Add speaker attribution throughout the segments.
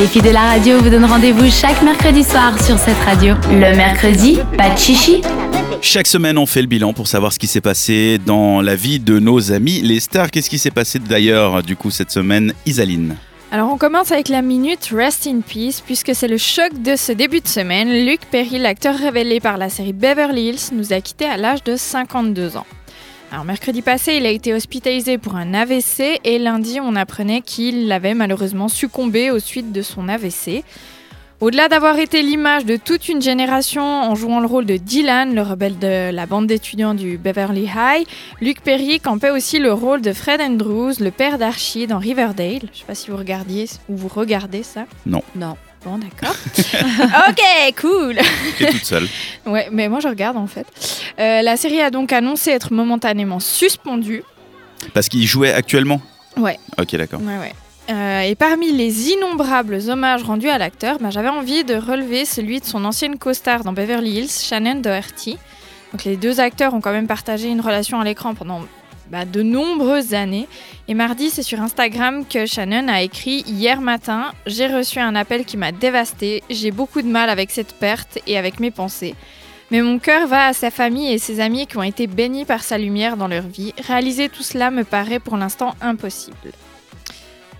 Speaker 1: Les filles de la radio vous donnent rendez-vous chaque mercredi soir sur cette radio. Le mercredi, pas de chichi,
Speaker 2: Chaque semaine, on fait le bilan pour savoir ce qui s'est passé dans la vie de nos amis les stars. Qu'est-ce qui s'est passé d'ailleurs, du coup, cette semaine, Isaline
Speaker 3: Alors on commence avec la minute Rest in Peace puisque c'est le choc de ce début de semaine. Luc Perry, l'acteur révélé par la série Beverly Hills, nous a quittés à l'âge de 52 ans. Alors mercredi passé, il a été hospitalisé pour un AVC et lundi on apprenait qu'il avait malheureusement succombé aux suites de son AVC. Au-delà d'avoir été l'image de toute une génération en jouant le rôle de Dylan, le rebelle de la bande d'étudiants du Beverly High, Luc Perry campait aussi le rôle de Fred Andrews, le père d'Archie dans Riverdale. Je sais pas si vous regardiez ou vous regardez ça.
Speaker 2: Non.
Speaker 3: Non. Bon, d'accord. ok, cool.
Speaker 2: Qui est toute seule.
Speaker 3: Ouais, mais moi je regarde en fait. Euh, la série a donc annoncé être momentanément suspendue.
Speaker 2: Parce qu'il jouait actuellement
Speaker 3: Ouais.
Speaker 2: Ok, d'accord.
Speaker 3: Ouais, ouais. Euh, et parmi les innombrables hommages rendus à l'acteur, bah, j'avais envie de relever celui de son ancienne co-star dans Beverly Hills, Shannon Doherty. Donc les deux acteurs ont quand même partagé une relation à l'écran pendant bah, de nombreuses années. Et mardi, c'est sur Instagram que Shannon a écrit Hier matin, j'ai reçu un appel qui m'a dévastée. J'ai beaucoup de mal avec cette perte et avec mes pensées. Mais mon cœur va à sa famille et ses amis qui ont été bénis par sa lumière dans leur vie. Réaliser tout cela me paraît pour l'instant impossible.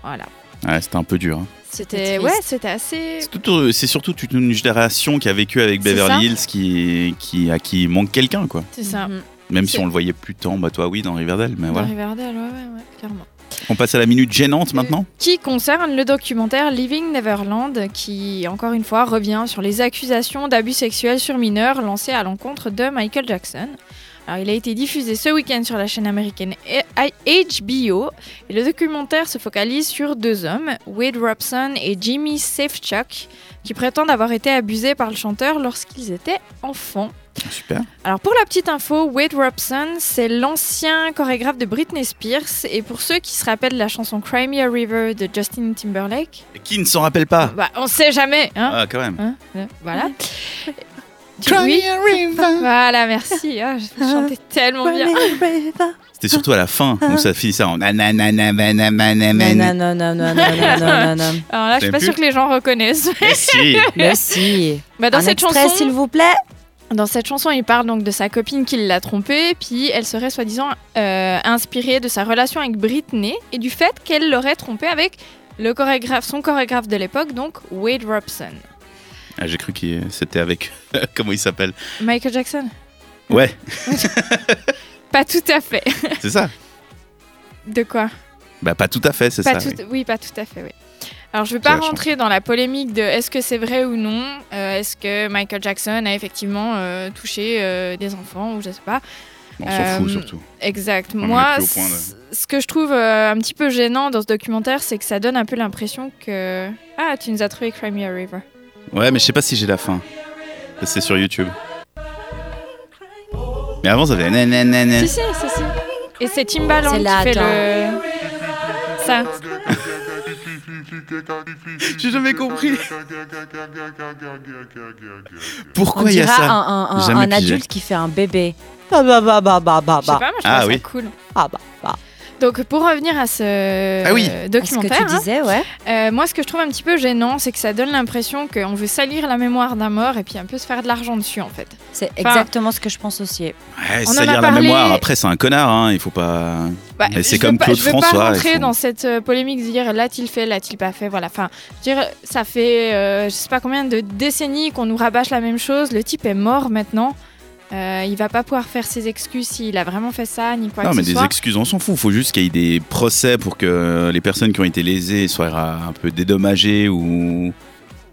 Speaker 3: Voilà.
Speaker 2: Ouais, c'était un peu dur. hein.
Speaker 3: C'était ouais, c'était assez.
Speaker 2: C'est tout- C'est surtout toute une génération qui a vécu avec
Speaker 3: C'est ça.
Speaker 2: Beverly Hills qui, qui, à qui il manque quelqu'un, quoi.
Speaker 3: C'est ça.
Speaker 2: Même si
Speaker 3: C'est-
Speaker 2: on le voyait plus tant, bah toi oui, dans Riverdale, mais
Speaker 3: Dans
Speaker 2: voilà.
Speaker 3: Riverdale, ouais, ouais, ouais, clairement.
Speaker 2: On passe à la minute gênante maintenant
Speaker 3: Qui concerne le documentaire Living Neverland, qui encore une fois revient sur les accusations d'abus sexuels sur mineurs lancées à l'encontre de Michael Jackson. Alors, il a été diffusé ce week-end sur la chaîne américaine HBO et le documentaire se focalise sur deux hommes, Wade Robson et Jimmy Safechuck, qui prétendent avoir été abusés par le chanteur lorsqu'ils étaient enfants.
Speaker 2: Super.
Speaker 3: Alors pour la petite info, Wade Robson, c'est l'ancien chorégraphe de Britney Spears et pour ceux qui se rappellent la chanson Cry Me a River de Justin Timberlake,
Speaker 2: Et Qui ne s'en rappelle pas
Speaker 3: bah on sait jamais, hein,
Speaker 2: Ah, quand même.
Speaker 3: Hein Euh, Voilà. Tu- oui. Voilà, merci. Ah, je chantais tellement bien.
Speaker 2: C'était surtout à la fin où ça finit ça en nananamanamanamana.
Speaker 4: Non, non, non, non, non, non, non, non, non.
Speaker 3: Alors là, je suis
Speaker 2: T'aimes
Speaker 3: pas
Speaker 2: plus
Speaker 3: sûre que les gens reconnaissent.
Speaker 2: Mais si
Speaker 4: Mais si.
Speaker 3: Bah, dans
Speaker 4: Un
Speaker 3: cette
Speaker 4: extrait,
Speaker 3: chanson,
Speaker 4: s'il vous plaît.
Speaker 3: Dans cette chanson, il parle donc de sa copine qui l'a trompé, puis elle serait soi-disant euh, inspirée de sa relation avec Britney et du fait qu'elle l'aurait trompé avec le chorégraphe, son chorégraphe de l'époque, donc Wade Robson.
Speaker 2: Ah, J'ai cru que c'était avec. Comment il s'appelle
Speaker 3: Michael Jackson
Speaker 2: Ouais,
Speaker 3: Pas tout à fait.
Speaker 2: c'est ça
Speaker 3: De quoi
Speaker 2: Bah, pas tout à fait, c'est ça.
Speaker 3: pas
Speaker 2: oui.
Speaker 3: tout, oui. pas tout à fait, oui. Alors, je ne veux
Speaker 2: C'est
Speaker 3: pas
Speaker 2: la chance.
Speaker 3: rentrer dans la polémique de est-ce que c'est vrai ou non, euh, est-ce que Michael Jackson a effectivement euh, touché euh, des enfants ou je sais pas.
Speaker 2: On s'en fout
Speaker 3: Euh,
Speaker 2: surtout.
Speaker 3: Exact.
Speaker 2: On en est
Speaker 3: Moi,
Speaker 2: plus au point de-
Speaker 3: c- ce que je trouve euh, un petit peu gênant dans ce documentaire, c'est que ça donne un peu l'impression que. Ah, tu nous as trouvé Crimea River.
Speaker 2: Ouais, mais je sais pas si j'ai la fin. C'est sur YouTube. Mais avant, ça faisait nananana.
Speaker 3: Si, si, si, si. Et c'est Timbaland
Speaker 4: C'est
Speaker 3: qui
Speaker 4: là, Ah
Speaker 3: fait le. Ça.
Speaker 2: J'ai jamais compris.
Speaker 4: On
Speaker 2: Pourquoi il y
Speaker 4: dirait
Speaker 2: a
Speaker 4: un,
Speaker 2: ça
Speaker 4: un, un,
Speaker 2: Jamais
Speaker 4: un
Speaker 2: pigé.
Speaker 4: adulte qui fait un bébé. Bah, bah, bah, bah, bah, bah,
Speaker 3: Je sais pas, moi je trouve
Speaker 2: Ah,
Speaker 3: ça
Speaker 2: oui.
Speaker 3: cool.
Speaker 4: Ah, bah, bah.
Speaker 3: Donc pour revenir à ce
Speaker 2: Ah oui.
Speaker 3: euh,
Speaker 4: À ce que
Speaker 3: documentaire,
Speaker 4: tu
Speaker 3: hein,
Speaker 4: disais, ouais.
Speaker 3: euh, moi ce que je trouve un petit peu gênant, c'est que ça donne l'impression qu'on veut salir la mémoire d'un mort et puis un peu se faire de l'argent dessus en fait.
Speaker 4: C'est exactement ce que je pense aussi.
Speaker 2: Ouais,
Speaker 3: On en
Speaker 2: ça
Speaker 3: a
Speaker 2: lire la
Speaker 3: parlé.
Speaker 2: mémoire. Après, c'est un connard, hein. Il faut pas.
Speaker 3: Bah,
Speaker 2: Mais c'est
Speaker 3: je veux
Speaker 2: comme
Speaker 3: pas-
Speaker 2: Claude
Speaker 3: je veux
Speaker 2: François,
Speaker 3: pas
Speaker 2: il
Speaker 3: rentrer
Speaker 2: faut-
Speaker 3: dans cette euh, polémique de dire l'a-t-il fait, l'a-t-il pas fait. Voilà. Enfin, je veux dire, ça fait euh, je sais pas combien de décennies qu'on nous rabâche la même chose. Le type est mort maintenant. Euh, il va pas pouvoir faire ses excuses s'il a vraiment fait ça ni quoi
Speaker 2: Non,
Speaker 3: que
Speaker 2: mais
Speaker 3: ce
Speaker 2: des
Speaker 3: soit.
Speaker 2: excuses, on s'en fout. Il faut juste qu'il y ait des procès pour que les personnes qui ont été lésées soient un peu dédommagées ou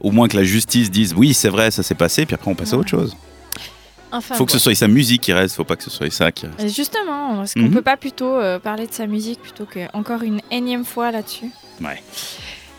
Speaker 2: au moins que la justice dise oui, c'est vrai, ça s'est passé, puis après on passe à autre chose.
Speaker 3: Enfin,
Speaker 2: faut que ce soit sa musique qui reste, faut pas que ce soit ça qui reste.
Speaker 3: ouais. Et Euh, Justement, est-ce qu'on
Speaker 2: Mhm.
Speaker 3: peut pas plutôt euh, parler de sa musique plutôt que encore une énième fois là-dessus
Speaker 2: Ouais.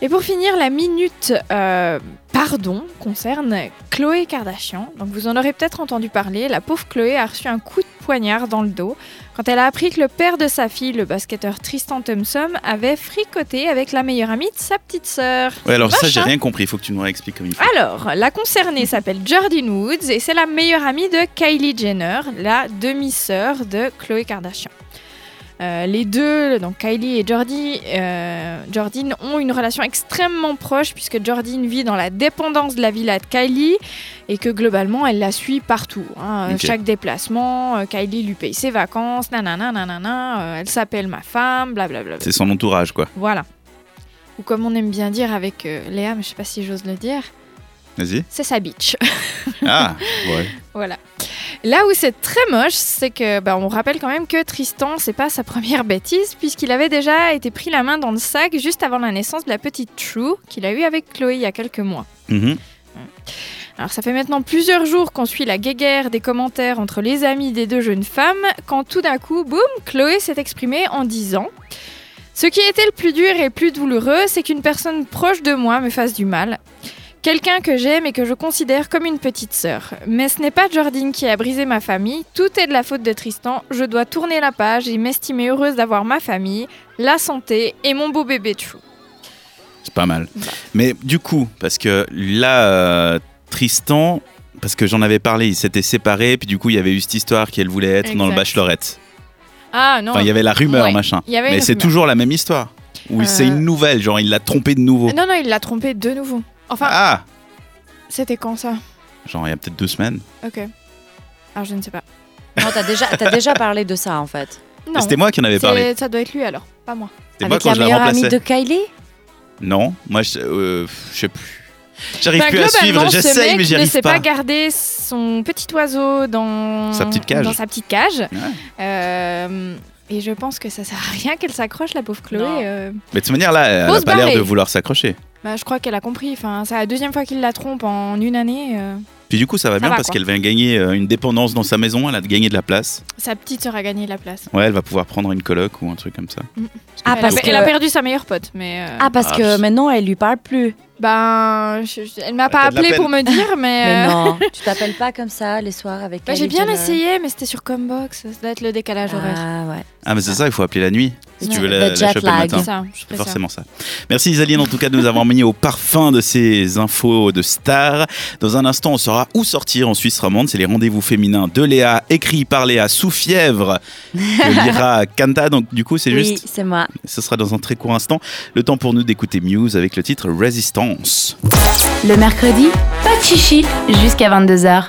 Speaker 3: Et pour finir, la minute euh, pardon concerne Chloé Kardashian. Donc vous en aurez peut-être entendu parler, la pauvre Chloé a reçu un coup de poignard dans le dos quand elle a appris que le père de sa fille, le basketteur Tristan Thompson, avait fricoté avec la meilleure amie de sa petite sœur.
Speaker 2: Ouais, alors ça,
Speaker 3: Vache,
Speaker 2: j'ai
Speaker 3: hein.
Speaker 2: rien compris, faut que tu nous réexpliques comme il faut.
Speaker 3: Alors, la concernée s'appelle Jordyn Woods et c'est la meilleure amie de Kylie Jenner, la demi-sœur de Khloé Kardashian. Euh, les deux, donc Kylie et Jordi, euh, Jordine ont une relation extrêmement proche puisque Jordine vit dans la dépendance de la villa de Kylie et que globalement elle la suit partout. hein. Euh,
Speaker 2: Ok.
Speaker 3: Chaque déplacement, euh, Kylie lui paye ses vacances, nanana, nanana, euh, elle s'appelle ma femme, blablabla.
Speaker 2: C'est son entourage, quoi.
Speaker 3: Voilà. Ou comme on aime bien dire avec euh, Léa, mais je sais pas si j'ose le dire,
Speaker 2: Vas-y.
Speaker 3: c'est sa bitch.
Speaker 2: Ah, ouais.
Speaker 3: Voilà. Là où c'est très moche, c'est que bah, on rappelle quand même que Tristan, c'est pas sa première bêtise puisqu'il avait déjà été pris la main dans le sac juste avant la naissance de la petite True qu'il a eue avec Chloé il y a quelques mois.
Speaker 2: Mhm.
Speaker 3: Alors ça fait maintenant plusieurs jours qu'on suit la guéguerre des commentaires entre les amis des deux jeunes femmes quand tout d'un coup, boum, Chloé s'est exprimée en disant Ce qui était le plus dur et le plus douloureux, c'est qu'une personne proche de moi me fasse du mal. Quelqu'un que j'aime et que je considère comme une petite sœur. Mais ce n'est pas Jordine qui a brisé ma famille, tout est de la faute de Tristan, je dois tourner la page et m'estimer heureuse d'avoir ma famille, la santé et mon beau bébé de chou.
Speaker 2: C'est pas mal.
Speaker 3: Bah.
Speaker 2: Mais du coup, parce que là, euh, Tristan, parce que j'en avais parlé, ils s'étaient séparés, puis du coup, il y avait eu cette histoire qu'elle voulait être dans le
Speaker 3: Exact.
Speaker 2: bachelorette.
Speaker 3: Ah non,
Speaker 2: Enfin, il y avait la rumeur,
Speaker 3: Ouais.
Speaker 2: machin.
Speaker 3: il y avait
Speaker 2: Mais
Speaker 3: une
Speaker 2: c'est
Speaker 3: rumeur.
Speaker 2: toujours la même histoire. Où
Speaker 3: Euh.
Speaker 2: c'est une nouvelle, genre il l'a trompé de nouveau.
Speaker 3: Non, non, il l'a trompé de nouveau. Enfin,
Speaker 2: Ah
Speaker 3: C'était quand ça
Speaker 2: Genre il y a peut-être deux semaines.
Speaker 3: Ok. Ah, je ne sais pas.
Speaker 4: Non, t'as déjà, t'as déjà parlé de ça en fait.
Speaker 3: Non,
Speaker 2: Mais C'était moi qui en avais parlé.
Speaker 3: c'est- ça doit être lui alors, pas moi.
Speaker 2: C'était moi
Speaker 4: Avec
Speaker 2: quand
Speaker 4: la
Speaker 2: je la
Speaker 4: meilleure amie
Speaker 2: remplaçais.
Speaker 4: de Kylie
Speaker 3: Ah,
Speaker 2: Non, moi je, euh, pff, je sais plus. J'arrive
Speaker 3: Bah,
Speaker 2: plus à suivre,
Speaker 3: globalement, ce
Speaker 2: j'essaye
Speaker 3: mec
Speaker 2: mais j'y
Speaker 3: ne
Speaker 2: arrive
Speaker 3: sait
Speaker 2: pas.
Speaker 3: pas. garder son petit oiseau dans
Speaker 2: Sa petite cage.
Speaker 3: Dans sa petite cage.
Speaker 2: Ouais.
Speaker 3: Euh, et je pense que ça sert à rien qu'elle s'accroche, la pauvre Chloé.
Speaker 4: Non.
Speaker 3: euh.
Speaker 2: Mais de toute manière là, elle
Speaker 3: Faut
Speaker 2: a
Speaker 3: se
Speaker 2: pas l'air
Speaker 3: barrer.
Speaker 2: de vouloir s'accrocher.
Speaker 3: bah, je crois qu'elle a compris. Enfin, c'est la deuxième fois qu'il la trompe en une année. euh.
Speaker 2: Puis du coup ça va
Speaker 3: Ça
Speaker 2: bien
Speaker 3: va,
Speaker 2: parce
Speaker 3: quoi.
Speaker 2: qu'elle vient gagner euh, une dépendance dans sa maison, elle a gagné de la place.
Speaker 3: Sa petite sœur a gagné de la place.
Speaker 2: Ouais, elle va pouvoir prendre une coloc ou un truc comme ça.
Speaker 3: Mm.
Speaker 4: Ah,
Speaker 3: elle,
Speaker 4: parce
Speaker 3: a,
Speaker 4: que-
Speaker 3: elle a perdu sa meilleure pote, mais. euh,
Speaker 4: Ah, parce
Speaker 2: Ah,
Speaker 4: que
Speaker 2: pff.
Speaker 4: maintenant elle lui parle plus.
Speaker 3: Ben, je- je- elle m'a
Speaker 2: Ouais,
Speaker 3: pas
Speaker 2: t'as de la
Speaker 3: appelé pour
Speaker 2: peine.
Speaker 3: me dire, mais. euh,
Speaker 4: Mais non, tu t'appelles pas comme ça les soirs avec
Speaker 3: bah,
Speaker 4: Kylie
Speaker 3: j'ai bien
Speaker 4: Jenner.
Speaker 3: essayé, mais c'était sur Combox. Ça doit être le décalage horaire.
Speaker 4: Ah ouais.
Speaker 2: Ah mais c'est ça, il faut appeler la nuit si tu veux la,
Speaker 4: Le
Speaker 2: la
Speaker 4: jet
Speaker 2: choper le
Speaker 4: lag.
Speaker 2: matin.
Speaker 3: C'est ça, je ferais ça.
Speaker 2: Forcément ça. Merci Isaline en tout cas de nous avoir mis au parfum de ces infos de stars. Dans un instant, on saura où sortir en Suisse romande. C'est les rendez-vous féminins de Léa, écrit par Léa sous fièvre, que lira Kanta. Donc du coup, c'est
Speaker 4: Oui,
Speaker 2: juste,
Speaker 4: c'est moi.
Speaker 2: ce sera dans un très court instant. Le temps pour nous d'écouter Muse avec le titre Résistance.
Speaker 1: Le mercredi, pas de chichi jusqu'à 22h.